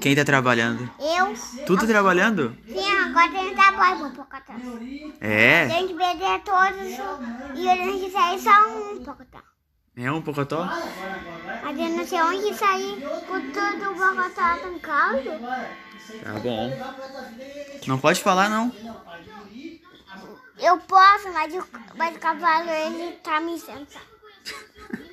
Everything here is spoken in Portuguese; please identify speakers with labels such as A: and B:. A: Quem tá trabalhando?
B: Eu.
A: Tudo trabalhando?
B: Sim, agora tem que dar boy pro Pocotó.
A: É.
B: Tem que vender todos os- e eu não que sair só um Pocotó.
A: É um pocotó?
B: Mas eu não sei onde sair por todo o Pocotó tão caldo.
A: Tá bom. Não pode falar, não.
B: Eu posso, mas o, mas o cavalo ele tá me sentando.